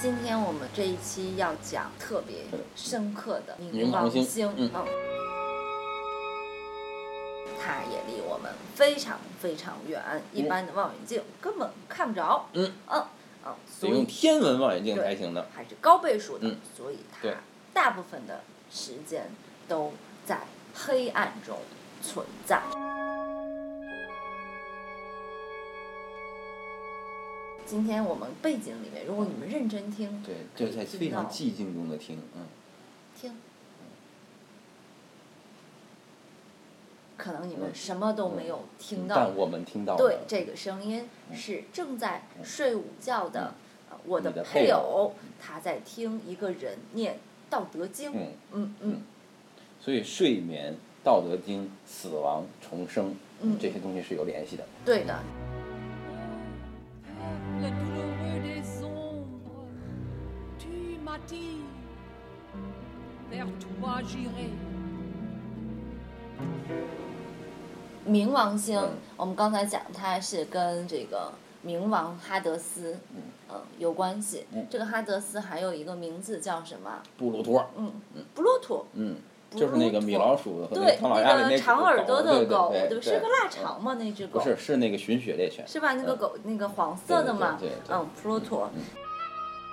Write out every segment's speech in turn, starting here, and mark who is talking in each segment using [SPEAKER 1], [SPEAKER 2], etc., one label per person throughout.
[SPEAKER 1] 今天我们这一期要讲特别深刻的
[SPEAKER 2] 冥王星嗯
[SPEAKER 1] 嗯，它嗯也离我们非常非常远，一
[SPEAKER 2] 嗯
[SPEAKER 1] 般的望远镜根本看不着。
[SPEAKER 2] 嗯
[SPEAKER 1] 嗯嗯，所
[SPEAKER 2] 得用
[SPEAKER 1] 以
[SPEAKER 2] 天文望远镜才行的。
[SPEAKER 1] 还是高倍数的
[SPEAKER 2] 嗯，
[SPEAKER 1] 所以它
[SPEAKER 2] 对
[SPEAKER 1] 大部分的时间都在黑暗中存在。今天我们背景里面，如果你们认真听，
[SPEAKER 2] 对，就在非常寂静中的听，嗯，
[SPEAKER 1] 听，可能你们什么都没有听到，
[SPEAKER 2] 嗯但我嗯们听到了
[SPEAKER 1] 对，这个声音是正在睡午觉的，
[SPEAKER 2] 嗯
[SPEAKER 1] 呃我的配偶，他在听一个人念《道德经》。
[SPEAKER 2] 嗯，
[SPEAKER 1] 嗯嗯
[SPEAKER 2] 所以睡眠、道德经、死亡、重生，
[SPEAKER 1] 嗯
[SPEAKER 2] 这些东西是有联系的。
[SPEAKER 1] 对的。
[SPEAKER 3] Le douloureux des ombres, tu m'attires, vers toi j'irai.
[SPEAKER 1] 冥王星
[SPEAKER 2] 嗯，
[SPEAKER 1] 我们刚才讲它是跟这个冥王哈德斯，
[SPEAKER 2] 嗯
[SPEAKER 1] 呃有关系
[SPEAKER 2] 嗯。
[SPEAKER 1] 这个哈德斯还有一个名字叫什么？
[SPEAKER 2] 布鲁托，
[SPEAKER 1] 嗯，布鲁托。
[SPEAKER 2] 嗯，
[SPEAKER 1] 布
[SPEAKER 2] 就是那个米老鼠和
[SPEAKER 1] 对，
[SPEAKER 2] 唐老鸭里
[SPEAKER 1] 那
[SPEAKER 2] 那
[SPEAKER 1] 个长耳朵的狗，
[SPEAKER 2] 对
[SPEAKER 1] 对吧？
[SPEAKER 2] 对，
[SPEAKER 1] 是个腊肠
[SPEAKER 2] 嗯
[SPEAKER 1] 吗？那只狗
[SPEAKER 2] 不是，是那个寻血猎犬。
[SPEAKER 1] 是吧？那个
[SPEAKER 2] 嗯
[SPEAKER 1] 狗，那个黄色的嘛
[SPEAKER 2] 对对对，对
[SPEAKER 1] 嗯，普罗托。嗯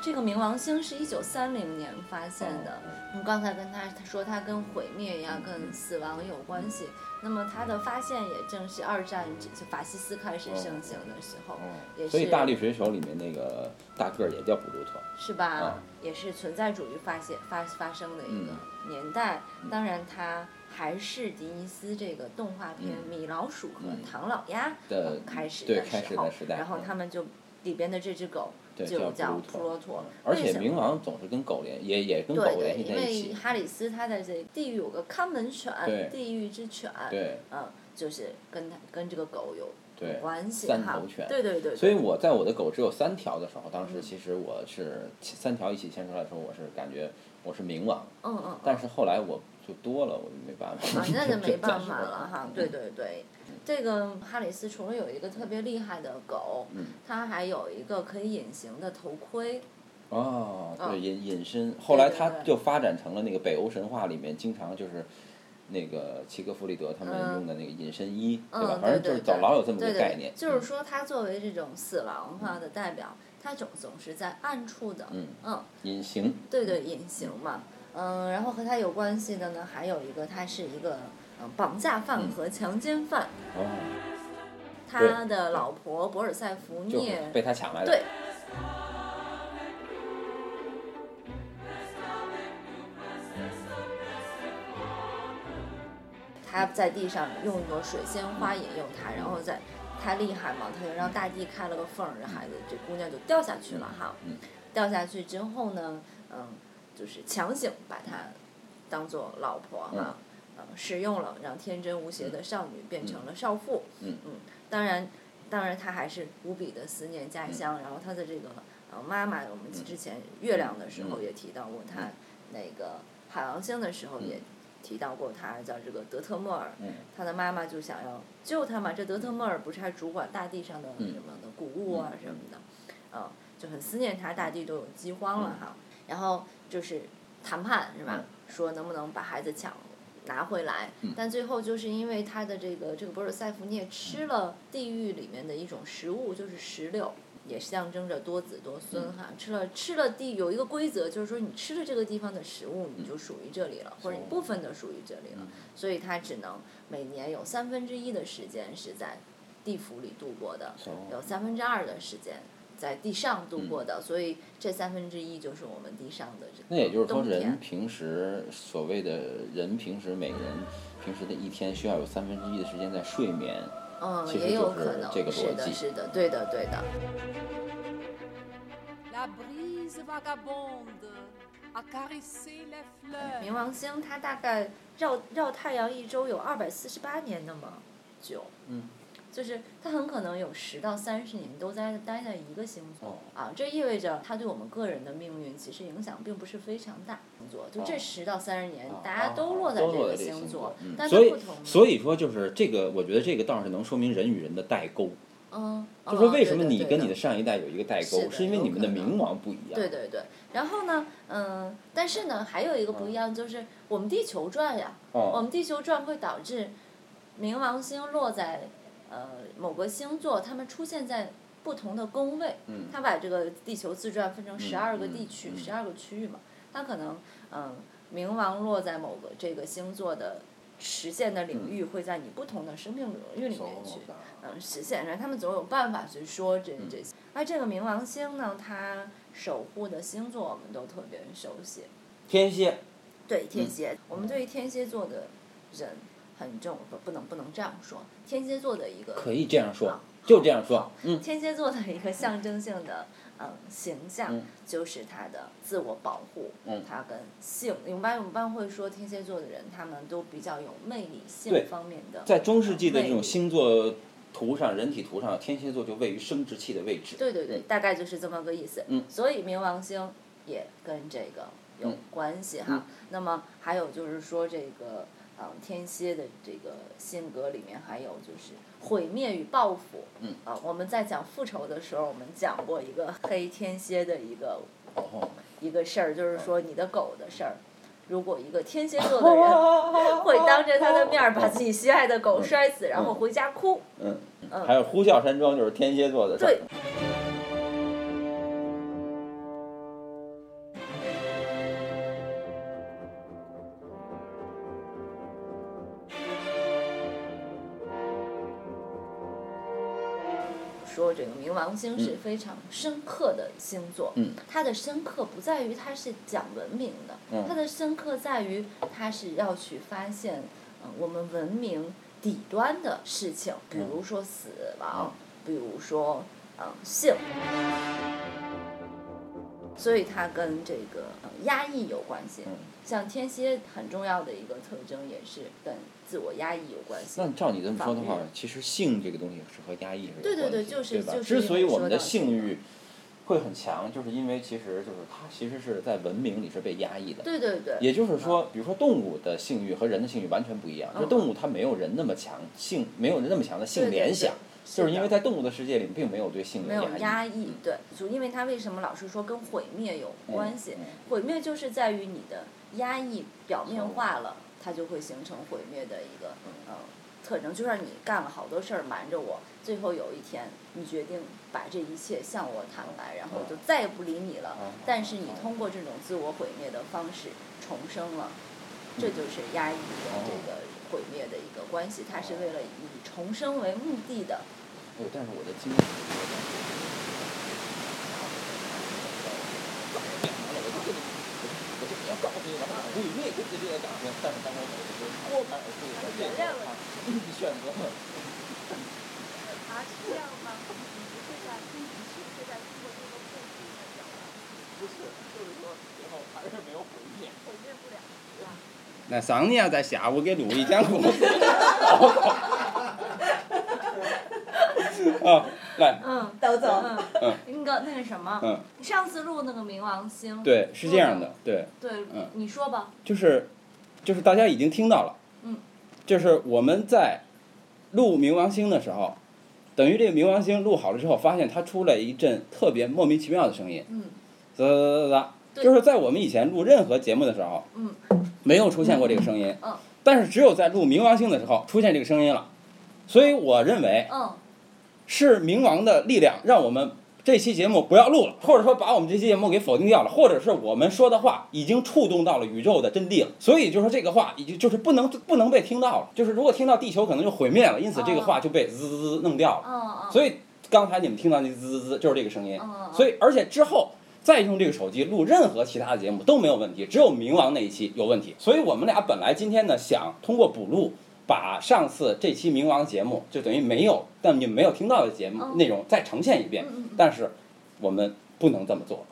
[SPEAKER 1] 这个冥王星是一九三零年发现的。
[SPEAKER 2] 哦
[SPEAKER 1] 我们刚才跟他他说他跟毁灭
[SPEAKER 2] 嗯
[SPEAKER 1] 呀、跟死亡有关系。那么它的发现也正是二战就法西斯开始
[SPEAKER 2] 哦
[SPEAKER 1] 盛行的时候，也
[SPEAKER 2] 嗯，
[SPEAKER 1] 是
[SPEAKER 2] 所以《大力水手》里面那个大个儿也叫布鲁托。
[SPEAKER 1] 是吧
[SPEAKER 2] 啊？
[SPEAKER 1] 也是存在主义发现发发生的一个
[SPEAKER 2] 嗯
[SPEAKER 1] 年代。当然，它还是迪尼斯这个动画片《
[SPEAKER 2] 嗯
[SPEAKER 1] 米老鼠和
[SPEAKER 2] 嗯
[SPEAKER 1] 唐老鸭》
[SPEAKER 2] 的
[SPEAKER 1] 嗯开始
[SPEAKER 2] 对
[SPEAKER 1] 的
[SPEAKER 2] 开
[SPEAKER 1] 时
[SPEAKER 2] 始
[SPEAKER 1] 候
[SPEAKER 2] 的时代
[SPEAKER 1] 然后
[SPEAKER 2] 嗯
[SPEAKER 1] 他们就里边的这只狗
[SPEAKER 2] 对
[SPEAKER 1] 就
[SPEAKER 2] 叫
[SPEAKER 1] 叫普
[SPEAKER 2] 普罗
[SPEAKER 1] 罗托，
[SPEAKER 2] 而
[SPEAKER 1] 为
[SPEAKER 2] 且
[SPEAKER 1] 什么
[SPEAKER 2] 冥王总是跟狗联，也也跟狗
[SPEAKER 1] 对
[SPEAKER 2] 联
[SPEAKER 1] 对，
[SPEAKER 2] 系
[SPEAKER 1] 因
[SPEAKER 2] 在一
[SPEAKER 1] 为
[SPEAKER 2] 起。
[SPEAKER 1] 哈里斯他在这地狱有个看门犬
[SPEAKER 2] 对，
[SPEAKER 1] 地狱之犬，
[SPEAKER 2] 对，
[SPEAKER 1] 嗯，就是跟它跟这个狗有
[SPEAKER 2] 对
[SPEAKER 1] 有关系
[SPEAKER 2] 三
[SPEAKER 1] 哈
[SPEAKER 2] 头犬，
[SPEAKER 1] 对对对，
[SPEAKER 2] 所以
[SPEAKER 1] 对
[SPEAKER 2] 我在我的狗只有三条的时候，当时其实我是三条一起牵出来的时候，我是感觉我是冥王，
[SPEAKER 1] 嗯嗯，嗯
[SPEAKER 2] 但是后来我就多了，我就没办法。
[SPEAKER 1] 啊，那就没
[SPEAKER 2] 这
[SPEAKER 1] 办
[SPEAKER 2] 暂时
[SPEAKER 1] 法
[SPEAKER 2] 没
[SPEAKER 1] 了哈。对对对，这个哈里斯除了有一个特别厉害的狗，
[SPEAKER 2] 嗯
[SPEAKER 1] 它还有一个可以隐形的头盔。
[SPEAKER 2] 哦，对，
[SPEAKER 1] 嗯
[SPEAKER 2] 隐隐身，后来
[SPEAKER 1] 对
[SPEAKER 2] 它
[SPEAKER 1] 对
[SPEAKER 2] 就发展成了那个北欧神话里面经常就是。那个齐格弗里德他们
[SPEAKER 1] 嗯
[SPEAKER 2] 用的那个隐身衣，对吧？
[SPEAKER 1] 嗯，
[SPEAKER 2] 反
[SPEAKER 1] 对
[SPEAKER 2] 正就
[SPEAKER 1] 对
[SPEAKER 2] 是
[SPEAKER 1] 对，
[SPEAKER 2] 早老有这么
[SPEAKER 1] 对
[SPEAKER 2] 个
[SPEAKER 1] 对
[SPEAKER 2] 概念。
[SPEAKER 1] 就是说，它作为这种死亡化的代表，它总总是在暗处的。
[SPEAKER 2] 嗯隐形，
[SPEAKER 1] 对对，隐形嘛。嗯，然后和它有关系的呢，还有一个，它是一个嗯绑架犯
[SPEAKER 2] 嗯
[SPEAKER 1] 和强奸犯，
[SPEAKER 2] 哦，
[SPEAKER 1] 他的老婆博尔塞福
[SPEAKER 2] 就是
[SPEAKER 1] 涅。
[SPEAKER 2] 被他抢来的。
[SPEAKER 1] 对，他在地上用一个水仙花引诱他，然后在他厉害嘛，他就让大地开了个缝儿，这孩子这姑娘就掉下去了哈。
[SPEAKER 2] 嗯
[SPEAKER 1] 掉下去之后呢，嗯，就是强行把她当做老婆哈，嗯，使用了，让天真无邪的少女变成了少妇。
[SPEAKER 2] 嗯
[SPEAKER 1] 当然，当然他还是无比的思念家乡，然后他的这个呃妈妈，我们之前月亮的时候也提到过他，那个海王星的时候也提到过他叫这个德特莫尔，
[SPEAKER 2] 嗯
[SPEAKER 1] 他的妈妈就想要救他嘛，这德特莫尔不是还主管大地上的什么的谷物啊什么的，嗯，就很思念他，大地都有饥荒了哈，然后就是谈判是吧
[SPEAKER 2] 嗯，
[SPEAKER 1] 说能不能把孩子抢拿回来
[SPEAKER 2] 嗯，
[SPEAKER 1] 但最后就是因为他的这个这个博尔塞福涅吃了地狱里面的一种食物，就是石榴。也象征着多子多孙
[SPEAKER 2] 嗯
[SPEAKER 1] 哈，吃了吃了地有一个规则，就是说你吃了这个地方的食物，你就属于这里了，或者你
[SPEAKER 2] 嗯哦嗯
[SPEAKER 1] 部分的属于这里了，所以他只能每年有三分之一的时间是在地府里度过的，有
[SPEAKER 2] 哦，
[SPEAKER 1] 三分之二的时间在地上度过的，所以这三分之一就是我们地上的这
[SPEAKER 2] 嗯那也就是说，
[SPEAKER 1] 冬天
[SPEAKER 2] 人平时所谓的人平时每个人平时的一天需要有三分之一的时间在睡眠。
[SPEAKER 1] 嗯，
[SPEAKER 2] 其实
[SPEAKER 1] 也有
[SPEAKER 2] 就是
[SPEAKER 1] 可能，
[SPEAKER 2] 这个逻
[SPEAKER 1] 是的，
[SPEAKER 2] 辑
[SPEAKER 1] 是的，对的，对的。
[SPEAKER 3] La brise vagabonde a caressé les
[SPEAKER 1] 冥
[SPEAKER 3] fleurs.
[SPEAKER 1] 王星它大概绕绕太阳一周有二百四十八年那么久，
[SPEAKER 2] 嗯，
[SPEAKER 1] 就是它很可能有十到三十年都在待在一个星座、
[SPEAKER 2] 哦
[SPEAKER 1] 啊，这意味着它对我们个人的命运其实影响并不是非常大。星座就这
[SPEAKER 2] 哦
[SPEAKER 1] 十到三十年，
[SPEAKER 4] 啊
[SPEAKER 2] 哦
[SPEAKER 1] 大家
[SPEAKER 2] 哦
[SPEAKER 1] 都
[SPEAKER 2] 哦
[SPEAKER 1] 落在
[SPEAKER 2] 都
[SPEAKER 1] 这
[SPEAKER 2] 落
[SPEAKER 1] 个
[SPEAKER 2] 在这个星
[SPEAKER 1] 座
[SPEAKER 2] 座，嗯
[SPEAKER 1] 但
[SPEAKER 2] 所
[SPEAKER 1] 是
[SPEAKER 2] 以
[SPEAKER 1] 不同。
[SPEAKER 2] 所以说，就是这个，我觉得这个倒是能说明人与人的代沟。
[SPEAKER 1] 嗯，
[SPEAKER 4] 就
[SPEAKER 1] 嗯
[SPEAKER 4] 说为什么
[SPEAKER 1] 对
[SPEAKER 4] 你
[SPEAKER 1] 对
[SPEAKER 4] 跟
[SPEAKER 1] 对
[SPEAKER 4] 你的上一代有一个代
[SPEAKER 1] 是
[SPEAKER 4] 沟，
[SPEAKER 1] 的
[SPEAKER 4] 是因为你们的
[SPEAKER 1] 有可能
[SPEAKER 4] 冥王不一样。
[SPEAKER 1] 对对对，然后呢，嗯，但是呢，还有一
[SPEAKER 2] 嗯
[SPEAKER 1] 个不一样就是我们地球转呀，我
[SPEAKER 4] 哦，
[SPEAKER 1] 们地球转会导致冥王星落在呃某个星座，它们出现在不同的宫位。
[SPEAKER 4] 嗯
[SPEAKER 1] 它把这个地球自转分成十二个地区
[SPEAKER 4] 嗯、嗯
[SPEAKER 1] 十二、个区域嘛。它可能嗯，冥王落在某个这个星座的实现的领
[SPEAKER 4] 嗯
[SPEAKER 1] 域，会在你不同的生命领域里
[SPEAKER 4] 哦
[SPEAKER 1] 面去。嗯，实现，然后他们总有办法去说这
[SPEAKER 4] 嗯
[SPEAKER 1] 这些。那这个冥王星呢，它守护的星座我们都特别熟悉，
[SPEAKER 4] 天蝎，
[SPEAKER 1] 对
[SPEAKER 4] 嗯
[SPEAKER 1] 天蝎，我们对于天蝎座的人很重，不不能不能这样说，天蝎座的一个
[SPEAKER 4] 可以这样说
[SPEAKER 1] 啊，
[SPEAKER 4] 就这样说。嗯，
[SPEAKER 1] 天蝎座的一个象征性的嗯形象
[SPEAKER 4] 嗯，
[SPEAKER 1] 就是他的自我保护，
[SPEAKER 4] 嗯
[SPEAKER 1] 他跟性，我们班我们班会说天蝎座的人，他们都比较有魅力
[SPEAKER 4] 对
[SPEAKER 1] 性方面的，
[SPEAKER 4] 在中世纪的这
[SPEAKER 1] 魅
[SPEAKER 4] 种
[SPEAKER 1] 力
[SPEAKER 4] 星座图上、人体图上，天蝎座就位于生殖器的位置。
[SPEAKER 1] 对对对，大概就是这么个意思。
[SPEAKER 4] 嗯
[SPEAKER 1] 所以冥王星也跟这个有
[SPEAKER 4] 嗯
[SPEAKER 1] 关系哈。
[SPEAKER 4] 嗯
[SPEAKER 1] 那么还有就是说这个呃天蝎的这个性格里面还有就是毁灭与报复。
[SPEAKER 4] 嗯。
[SPEAKER 1] 啊、我们在讲复仇的时候，我们讲过一个黑天蝎的一个
[SPEAKER 4] 哦，
[SPEAKER 1] 一个事儿，就是说你的狗的事儿。如果一个天蝎座的人会当着他的面儿把自己心爱的狗摔死，然后回家哭，
[SPEAKER 4] 嗯，
[SPEAKER 1] 嗯
[SPEAKER 4] 还有呼啸山庄就是天蝎座的事儿
[SPEAKER 1] 对，说这个冥王星是非常深刻的星座，
[SPEAKER 4] 嗯
[SPEAKER 1] 它的深刻不在于它是讲文明的，
[SPEAKER 4] 嗯
[SPEAKER 1] 它的深刻在于它是要去发现，呃我们文明底端的事情，比
[SPEAKER 4] 嗯
[SPEAKER 1] 如说死亡，比如说嗯、呃性，所以它跟这个、呃压抑有关系。
[SPEAKER 4] 嗯
[SPEAKER 1] 像天蝎很重要的一个特征也是跟自我压抑有关系。
[SPEAKER 4] 那照你这么说的话
[SPEAKER 1] 防御，
[SPEAKER 4] 其实性这个东西是和压抑是有
[SPEAKER 1] 对对
[SPEAKER 4] 关系的
[SPEAKER 1] 对就是
[SPEAKER 4] 吧
[SPEAKER 1] 就是
[SPEAKER 4] 之所以我们的
[SPEAKER 1] 你说到
[SPEAKER 4] 性欲会很强，就是因为其实就是它其实是在文明里是被压抑的。
[SPEAKER 1] 对对嗯对，
[SPEAKER 4] 也就是说，比如说动物的性欲和人的性欲完全不一样，就
[SPEAKER 1] 嗯
[SPEAKER 4] 动物它没有人那么强性，没有人那么强的性联想，
[SPEAKER 1] 对对对
[SPEAKER 4] 就是因为
[SPEAKER 1] 的
[SPEAKER 4] 在动物的世界里并没有对性
[SPEAKER 1] 没有
[SPEAKER 4] 压
[SPEAKER 1] 压抑，对，就因为它为什么老是说跟毁灭有
[SPEAKER 4] 嗯
[SPEAKER 1] 关系？
[SPEAKER 4] 嗯
[SPEAKER 1] 毁灭就是在于你的压抑表面化了，它就会形成毁灭的一个
[SPEAKER 4] 嗯
[SPEAKER 1] 呃特征，就像你干了好多事儿瞒着我，最后有一天你决定把这一切向我坦白，然后我就再也不理你了
[SPEAKER 4] 嗯。
[SPEAKER 1] 但是你通过这种自我毁灭的方式重生了，这
[SPEAKER 4] 嗯
[SPEAKER 1] 就是压抑跟这个毁灭的一个关系，它
[SPEAKER 4] 哦
[SPEAKER 1] 是为了以重生为目的的。
[SPEAKER 4] 对，但是我的经历，我就要告诉你了，我以为就是这个打算，但是当时我就是我把我自己的这个选择了。
[SPEAKER 5] 啊，是这样吗？你不是在，你是不是在通过这个故事的表达，
[SPEAKER 4] 不是，就是说最后还是没有毁灭。
[SPEAKER 5] 毁灭不了，是吧？
[SPEAKER 2] 那上年在下午给陆毅讲故事。啊，来，
[SPEAKER 4] 哎
[SPEAKER 1] 嗯，
[SPEAKER 6] 都走。
[SPEAKER 1] 嗯，那个那个什么，
[SPEAKER 2] 嗯，
[SPEAKER 1] 你上次录那个冥王星，
[SPEAKER 2] 对，是这样的，对，
[SPEAKER 1] 对
[SPEAKER 2] 嗯，
[SPEAKER 1] 你说吧，
[SPEAKER 2] 就是，就是大家已经听到了，
[SPEAKER 1] 嗯，
[SPEAKER 2] 就是我们在录冥王星的时候，等于这个冥王星录好了之后，发现它出了一阵特别莫名其妙的声音，
[SPEAKER 1] 嗯
[SPEAKER 2] 哒哒哒哒哒，
[SPEAKER 1] 对
[SPEAKER 2] 就是在我们以前录任何节目的时候，
[SPEAKER 1] 嗯，
[SPEAKER 2] 没有出现过这个声音，
[SPEAKER 1] 嗯
[SPEAKER 2] 但是只有在录冥王星的时候出现这个声音了，所以我认为。
[SPEAKER 1] 嗯，
[SPEAKER 2] 是冥王的力量让我们这期节目不要录了，或者说把我们这期节目给否定掉了，或者是我们说的话已经触动到了宇宙的真谛了，所以就是说这个话已经就是不能不能被听到了，就是如果听到地球可能就毁灭了，因此这个话就被滋滋滋弄掉了。
[SPEAKER 1] 嗯嗯，
[SPEAKER 2] 所以刚才你们听到那滋滋滋就是这个声音，
[SPEAKER 1] 嗯，
[SPEAKER 2] 所
[SPEAKER 1] 以
[SPEAKER 2] 以而且之后。再用这个手机录任何其他的节目都没有问题，只有冥王那一期有问题。所以我们俩本来今天呢想通过补录，把上次这期冥王节目就等于没有，但你们没有听到的节目
[SPEAKER 1] 嗯
[SPEAKER 2] 内容再呈现一遍。
[SPEAKER 1] 嗯嗯
[SPEAKER 2] 但是我们不能这么做，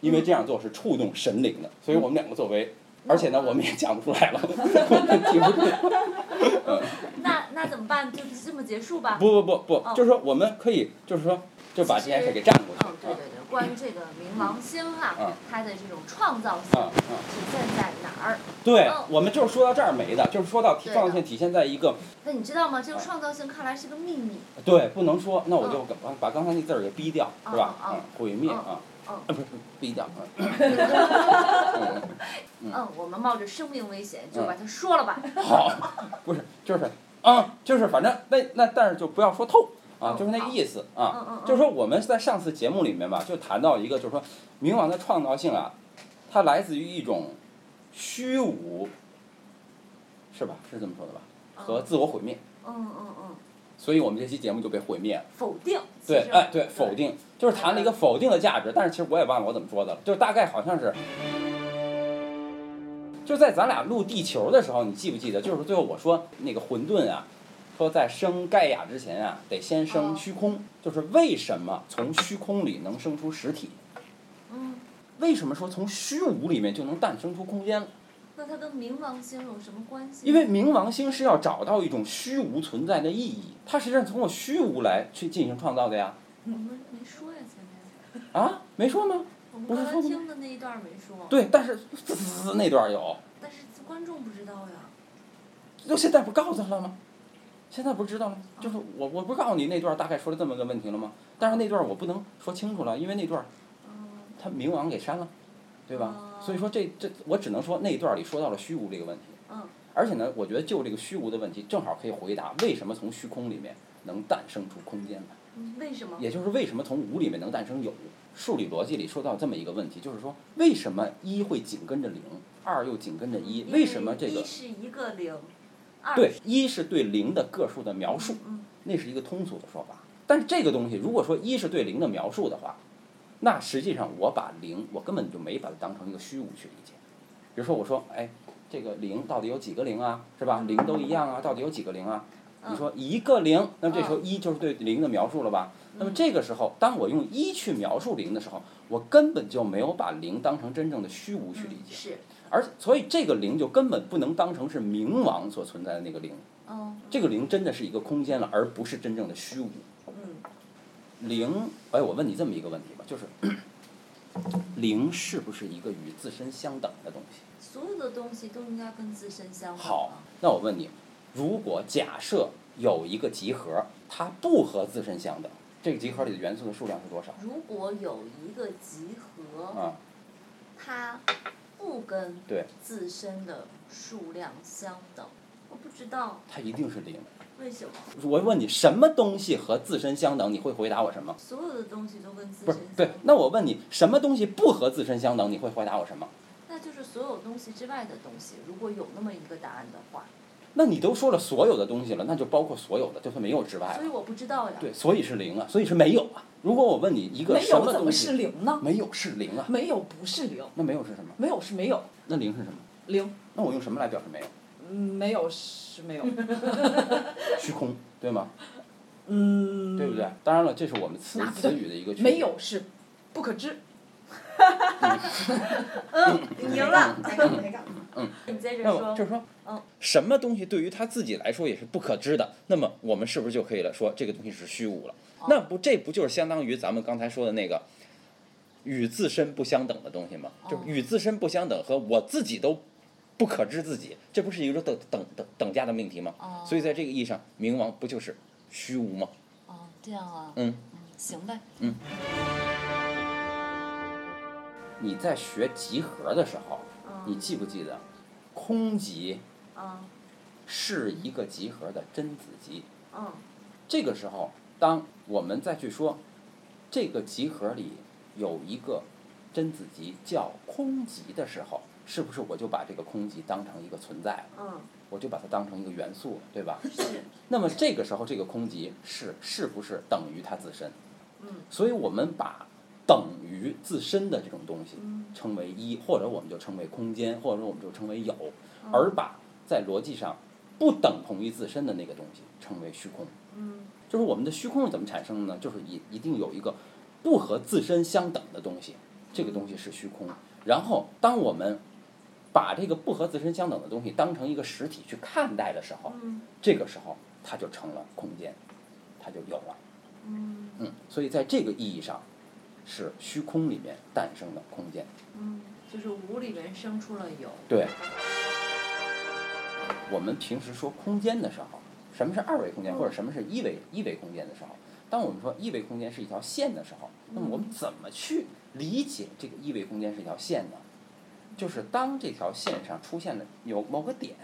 [SPEAKER 2] 因为
[SPEAKER 1] 嗯
[SPEAKER 2] 这样做是触动神灵的。所以我们两个作为，而且呢
[SPEAKER 1] 嗯
[SPEAKER 2] 我们也讲不出来了， 我们记不住。
[SPEAKER 1] 那那怎么办？就是这么结束吧。
[SPEAKER 2] 不不不
[SPEAKER 1] 哦
[SPEAKER 2] 不，就是说我们可以，就是说就把这件事给占过去。
[SPEAKER 1] 嗯，对对对，关于这个冥王星哈啊
[SPEAKER 2] 嗯，
[SPEAKER 1] 它的这种创造性
[SPEAKER 2] 啊啊啊！
[SPEAKER 1] 体现在哪儿？
[SPEAKER 2] 对
[SPEAKER 1] 哦，
[SPEAKER 2] 我们就是说到这儿没的，就是说到
[SPEAKER 1] 对的
[SPEAKER 2] 创造性体现在一个
[SPEAKER 1] 那你知道吗？这个创造性看来是个秘密。
[SPEAKER 2] 对不能说，那我就把把刚才那字儿给逼掉，是吧？
[SPEAKER 1] 哦哦
[SPEAKER 2] 嗯，毁灭啊，
[SPEAKER 1] 哦
[SPEAKER 2] 啊不是逼掉，嗯嗯
[SPEAKER 1] 嗯，我们冒着生命危险就把它说了吧。
[SPEAKER 2] 好，不是，就是啊，就是反正那那但是就不要说透啊
[SPEAKER 1] 嗯，
[SPEAKER 2] 就是那个意思啊，
[SPEAKER 1] 嗯嗯嗯。
[SPEAKER 2] 就是说我们在上次节目里面吧，就谈到一个，就是说冥王的创造性啊，它来自于一种虚无，是吧？是这么说的吧？和自我毁灭，
[SPEAKER 1] 嗯嗯嗯，
[SPEAKER 2] 所以我们这期节目就被毁灭了。
[SPEAKER 1] 否定。
[SPEAKER 2] 对
[SPEAKER 1] 其，实
[SPEAKER 2] 哎，对，否。定就是谈了一个否定的价值，但是其实我也忘了我怎么说的了，就是大概好像是，就在咱俩录地球的时候，你记不记得？就是最后我说那个混沌啊，说在生盖亚之前啊，得先生
[SPEAKER 1] 哦
[SPEAKER 2] 虚空，就是为什么从虚空里能生出实体？
[SPEAKER 1] 嗯，
[SPEAKER 2] 为什么说从虚无里面就能诞生出空间了？
[SPEAKER 1] 那它跟冥王星有什么关系？
[SPEAKER 2] 因为冥王星是要找到一种虚无存在的意义，它实际上从我虚无来去进行创造的呀。
[SPEAKER 1] 我们没说呀，前面
[SPEAKER 2] 啊，没说吗？
[SPEAKER 1] 我们
[SPEAKER 2] 不是
[SPEAKER 1] 刚才
[SPEAKER 2] 说吗
[SPEAKER 1] 听的那一段没说。。
[SPEAKER 2] 对，但是滋滋滋那段有，
[SPEAKER 1] 但是观众不知道呀。
[SPEAKER 2] 就现在不告诉他了吗？现在不是知道了吗？就是我我不告诉你那段大概说了这么个问题了吗？但是那段我不能说清楚了，因为那段
[SPEAKER 1] 嗯
[SPEAKER 2] 他冥王给删了，对吧？
[SPEAKER 1] 哦
[SPEAKER 2] 所以说这这我只能说那一段里说到了虚无这个问题。
[SPEAKER 1] 嗯。
[SPEAKER 2] 而且呢，我觉得就这个虚无的问题，正好可以回答为什么从虚空里面能诞生出空间来，
[SPEAKER 1] 嗯，为什么？
[SPEAKER 2] 也就是为什么从无里面能诞生有。数理逻辑里说到这么一个问题，就是说为什么一会紧跟着零，二又紧跟着一？为什么这
[SPEAKER 1] 因
[SPEAKER 2] 个
[SPEAKER 1] 一是一个零，二
[SPEAKER 2] 对，一是对零的个数的描述，
[SPEAKER 1] 嗯
[SPEAKER 2] 那是一个通俗的说法。但是这个东西，如果说一是对零的描述的话，那实际上我把零，我根本就没把它当成一个虚无去理解。比如说，我说，哎，这个零到底有几个零啊？是吧？零都一样啊，到底有几个零啊？
[SPEAKER 1] 嗯
[SPEAKER 2] 你说一个零，那么这时候一就是对零的描述了吧？
[SPEAKER 1] 嗯
[SPEAKER 2] 那么这个时候，当我用一去描述零的时候，我根本就没有把零当成真正的虚无去理
[SPEAKER 1] 嗯
[SPEAKER 2] 解。
[SPEAKER 1] 是，
[SPEAKER 2] 而所以这个零就根本不能当成是冥王所存在的那个零，
[SPEAKER 1] 嗯
[SPEAKER 2] 这个零真的是一个空间了，而不是真正的虚无。
[SPEAKER 1] 嗯
[SPEAKER 2] 零，哎，我问你这么一个问题吧，就是 零是不是一个与自身相等的东西？
[SPEAKER 1] 所有的东西都应该跟自身相等
[SPEAKER 2] 好
[SPEAKER 1] 啊，
[SPEAKER 2] 那我问你，如果假设有一个集合，它不和自身相等，这个集合里的元素的数量是多少？
[SPEAKER 1] 如果有一个集合，
[SPEAKER 2] 啊，
[SPEAKER 1] 它不跟
[SPEAKER 2] 对
[SPEAKER 1] 自身的数量相等，我不知道
[SPEAKER 2] 它一定是零。
[SPEAKER 1] 为什么
[SPEAKER 2] 我问你，什么东西和自身相等？你会回答我什么？
[SPEAKER 1] 所有的东西都跟自
[SPEAKER 2] 不
[SPEAKER 1] 身
[SPEAKER 2] 是
[SPEAKER 1] 相
[SPEAKER 2] 对
[SPEAKER 1] 等，，
[SPEAKER 2] 那我问你，什么东西不和自身相等？你会回答我什么？
[SPEAKER 1] 那就是所有东西之外的东西，如果有那么一个答案的话，
[SPEAKER 2] 那你都说了所有的东西了，那就包括所有的，就算没有之外
[SPEAKER 1] 所以
[SPEAKER 2] 了。
[SPEAKER 1] 我不知道呀。
[SPEAKER 2] 哎对，所以是零啊，所以是没有啊。如果我问你一个
[SPEAKER 6] 没
[SPEAKER 2] 什
[SPEAKER 6] 有
[SPEAKER 2] 么
[SPEAKER 6] 怎
[SPEAKER 2] 东
[SPEAKER 6] 么是
[SPEAKER 2] 西，
[SPEAKER 6] 零呢？
[SPEAKER 2] 没有是零啊，
[SPEAKER 6] 没有不是零，
[SPEAKER 2] 那没有是什么？
[SPEAKER 6] 没有是没有，
[SPEAKER 2] 那零是什么？
[SPEAKER 6] 零，
[SPEAKER 2] 那我用什么来表示没有？
[SPEAKER 6] 嗯，没有是没有，
[SPEAKER 2] 虚空，对吗？
[SPEAKER 6] 嗯，
[SPEAKER 2] 对不对？当然了，这是我们词
[SPEAKER 6] 那不对
[SPEAKER 2] 词语的一个区别
[SPEAKER 6] 没。有是不可知，
[SPEAKER 1] 你赢了，嗯
[SPEAKER 5] 没干没干。
[SPEAKER 1] 你接着
[SPEAKER 2] 嗯那么
[SPEAKER 1] 说
[SPEAKER 2] 就。是说，
[SPEAKER 1] 嗯
[SPEAKER 2] 什么东西对于他自己来说也是不可知的，那么我们是不是就可以了说这个东西是虚无了？
[SPEAKER 1] 哦
[SPEAKER 2] 那不，这不就是相当于咱们刚才说的那个与自身不相等的东西吗？
[SPEAKER 1] 哦
[SPEAKER 2] 就是与自身不相等和我自己都不可知自己，这不是一个等等等等价的命题吗？
[SPEAKER 1] 哦
[SPEAKER 2] 所以在这个意义上，冥王不就是虚无吗？
[SPEAKER 1] 哦，这样啊，
[SPEAKER 2] 嗯，
[SPEAKER 1] 行呗。
[SPEAKER 2] 你在学集合的时候，你记不记得，空集
[SPEAKER 1] 嗯
[SPEAKER 2] 是一个集合的真子集。
[SPEAKER 1] 嗯
[SPEAKER 2] 这个时候，当我们再去说这个集合里有一个真子集叫空集的时候，是不是我就把这个空集当成一个存在了？
[SPEAKER 1] 嗯，
[SPEAKER 2] 我就把它当成一个元素了，对吧？
[SPEAKER 1] 是，
[SPEAKER 2] 那么这个时候，这个空集是是不是等于它自身？
[SPEAKER 1] 嗯，
[SPEAKER 2] 所以我们把等于自身的这种东西
[SPEAKER 1] 嗯
[SPEAKER 2] 称为一，或者我们就称为空间，或者我们就称为有，
[SPEAKER 1] 嗯
[SPEAKER 2] 而把在逻辑上不等同于自身的那个东西称为虚空。
[SPEAKER 1] 嗯
[SPEAKER 2] 就是我们的虚空是怎么产生的呢？就是一一定有一个不和自身相等的东西，这个东西是虚空。然后，当我们把这个不和自身相等的东西当成一个实体去看待的时候，
[SPEAKER 1] 嗯
[SPEAKER 2] 这个时候它就成了空间，它就有了。
[SPEAKER 1] 嗯
[SPEAKER 2] 嗯，所以在这个意义上，是虚空里面诞生的空间。
[SPEAKER 1] 嗯，就是无里面生出了有。
[SPEAKER 2] 对，我们平时说空间的时候，什么是二维空间，
[SPEAKER 1] 嗯
[SPEAKER 2] 或者什么是一维一维空间的时候，当我们说一维空间是一条线的时候，那么我们怎么去理解这个一维空间是一条线呢？就是当这条线上出现了有某个点，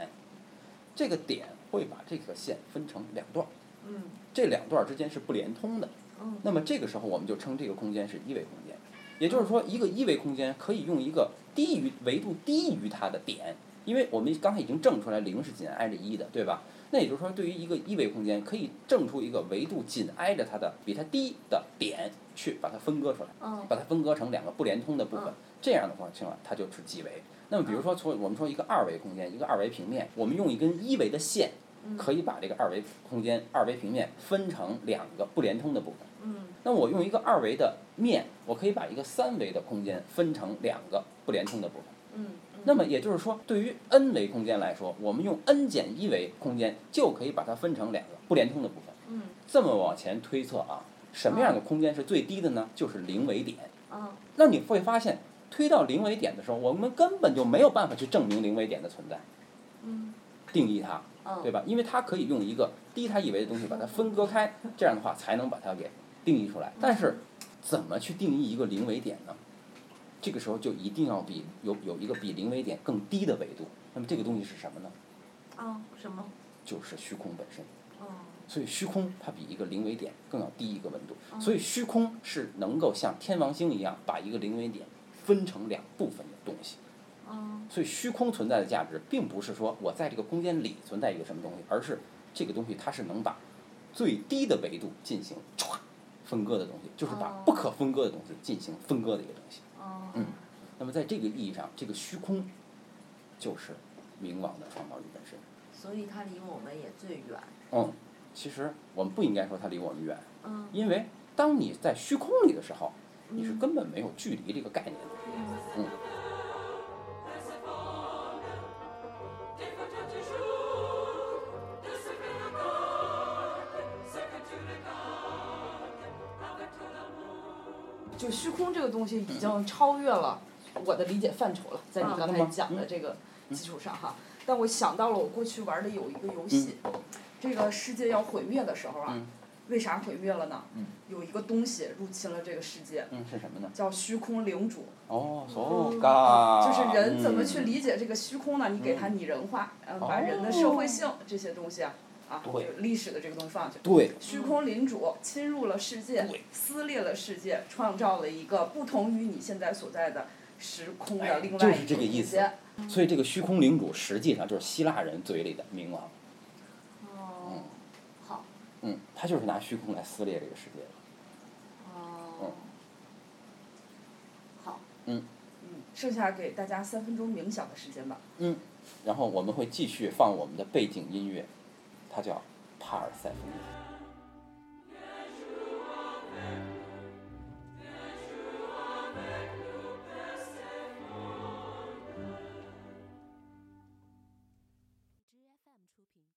[SPEAKER 2] 这个点会把这个线分成两段儿，
[SPEAKER 6] 嗯
[SPEAKER 2] 这两段儿之间是不连通的。
[SPEAKER 1] 嗯
[SPEAKER 2] 那么这个时候我们就称这个空间是一维空间，也就是说，一个一维空间可以用一个低于维度低于它的点，因为我们刚才已经证出来零是紧挨着一的，对吧？那也就是说，对于一个一维空间，可以证出一个维度紧挨着它的比它低的点，去把它分割出来，
[SPEAKER 1] 嗯
[SPEAKER 2] 把它分割成两个不连通的部分
[SPEAKER 1] 嗯。
[SPEAKER 2] 这样的话情况，它就是几维。那么比如说，从我们说一个二维空间，一个二维平面，我们用一根一维的线，可以把这个二维空间、二维平面分成两个不连通的部分。
[SPEAKER 1] 嗯
[SPEAKER 2] 那我用一个二维的面，我可以把一个三维的空间分成两个不连通的部分。
[SPEAKER 1] 嗯，
[SPEAKER 2] 那么也就是说，对于 n 维空间来说，我们用 n 减一维空间就可以把它分成两个不连通的部分。
[SPEAKER 1] 嗯
[SPEAKER 2] 这么往前推测啊，什么样的空间是最低的呢？就是零维点。
[SPEAKER 1] 嗯
[SPEAKER 2] 那你会发现，推到零维点的时候，我们根本就没有办法去证明零维点的存在，
[SPEAKER 1] 嗯
[SPEAKER 2] 定义它，
[SPEAKER 1] 嗯，
[SPEAKER 2] 对吧？因为它可以用一个低它一维的东西把它分割开，这样的话才能把它给定义出来。但是，怎么去定义一个零维点呢？这个时候就一定要比有有一个比零维点更低的维度。那么这个东西是什么呢？
[SPEAKER 1] 啊什么？
[SPEAKER 2] 就是虚空本身。
[SPEAKER 1] 嗯
[SPEAKER 2] 所以虚空它比一个零维点更要低一个温度，
[SPEAKER 1] 嗯
[SPEAKER 2] 所以虚空是能够像天王星一样把一个零维点分成两部分的东西。
[SPEAKER 1] 嗯
[SPEAKER 2] 所以虚空存在的价值，并不是说我在这个空间里存在一个什么东西，而是这个东西它是能把最低的维度进行唰分割的东西，就是把
[SPEAKER 1] 哦
[SPEAKER 2] 不可分割的东西进行分割的一个东西。
[SPEAKER 1] 哦
[SPEAKER 2] 嗯那么在这个意义上，这个虚空就是冥王的创造力本身。
[SPEAKER 1] 所以它离我们也最远。
[SPEAKER 2] 嗯，其实我们不应该说它离我们远，
[SPEAKER 1] 嗯
[SPEAKER 2] 因为当你在虚空里的时候，你
[SPEAKER 6] 嗯
[SPEAKER 2] 是根本没有距离这个概念的。嗯。
[SPEAKER 6] 就虚空这个东西已经超越了我的理解范畴了，在你
[SPEAKER 1] 啊
[SPEAKER 6] 刚
[SPEAKER 2] 那
[SPEAKER 6] 才
[SPEAKER 2] 么
[SPEAKER 6] 讲的
[SPEAKER 2] 嗯
[SPEAKER 6] 这个基础上哈，但我想到了我过去玩的有一个游戏，这个世界要毁灭的时候啊，
[SPEAKER 2] 嗯
[SPEAKER 6] 为啥毁灭了呢？
[SPEAKER 2] 嗯
[SPEAKER 6] 有一个东西入侵了这个世界，
[SPEAKER 2] 嗯，是什么呢？
[SPEAKER 6] 叫虚空领主，
[SPEAKER 2] 哦，so ga，
[SPEAKER 6] 就是人怎么去
[SPEAKER 2] 啊嗯
[SPEAKER 6] 理解这个虚空呢？你给它拟人化，嗯，把人的社会性这些东西啊，啊，
[SPEAKER 2] 哦对
[SPEAKER 6] 就历史的这个东西放上去。
[SPEAKER 2] 对，
[SPEAKER 6] 虚空领主侵入了世界
[SPEAKER 2] 对，
[SPEAKER 6] 撕裂了世界，创造了一个不同于你现在所在的时空
[SPEAKER 2] 哎
[SPEAKER 6] 的另
[SPEAKER 2] 就
[SPEAKER 6] 外
[SPEAKER 2] 是
[SPEAKER 6] 一
[SPEAKER 2] 这
[SPEAKER 6] 个
[SPEAKER 2] 个意
[SPEAKER 6] 空
[SPEAKER 2] 思
[SPEAKER 6] 间。
[SPEAKER 2] 所以这个虚空领主实际上就是希腊人嘴里的冥王，
[SPEAKER 1] 哦好
[SPEAKER 2] 嗯，他就是拿虚空来撕裂这个世界的。
[SPEAKER 1] 哦好
[SPEAKER 6] 嗯，剩下给大家三分钟冥想的时间吧。
[SPEAKER 2] 嗯然后我们会继续放我们的背景音乐，它叫帕尔塞夫涅。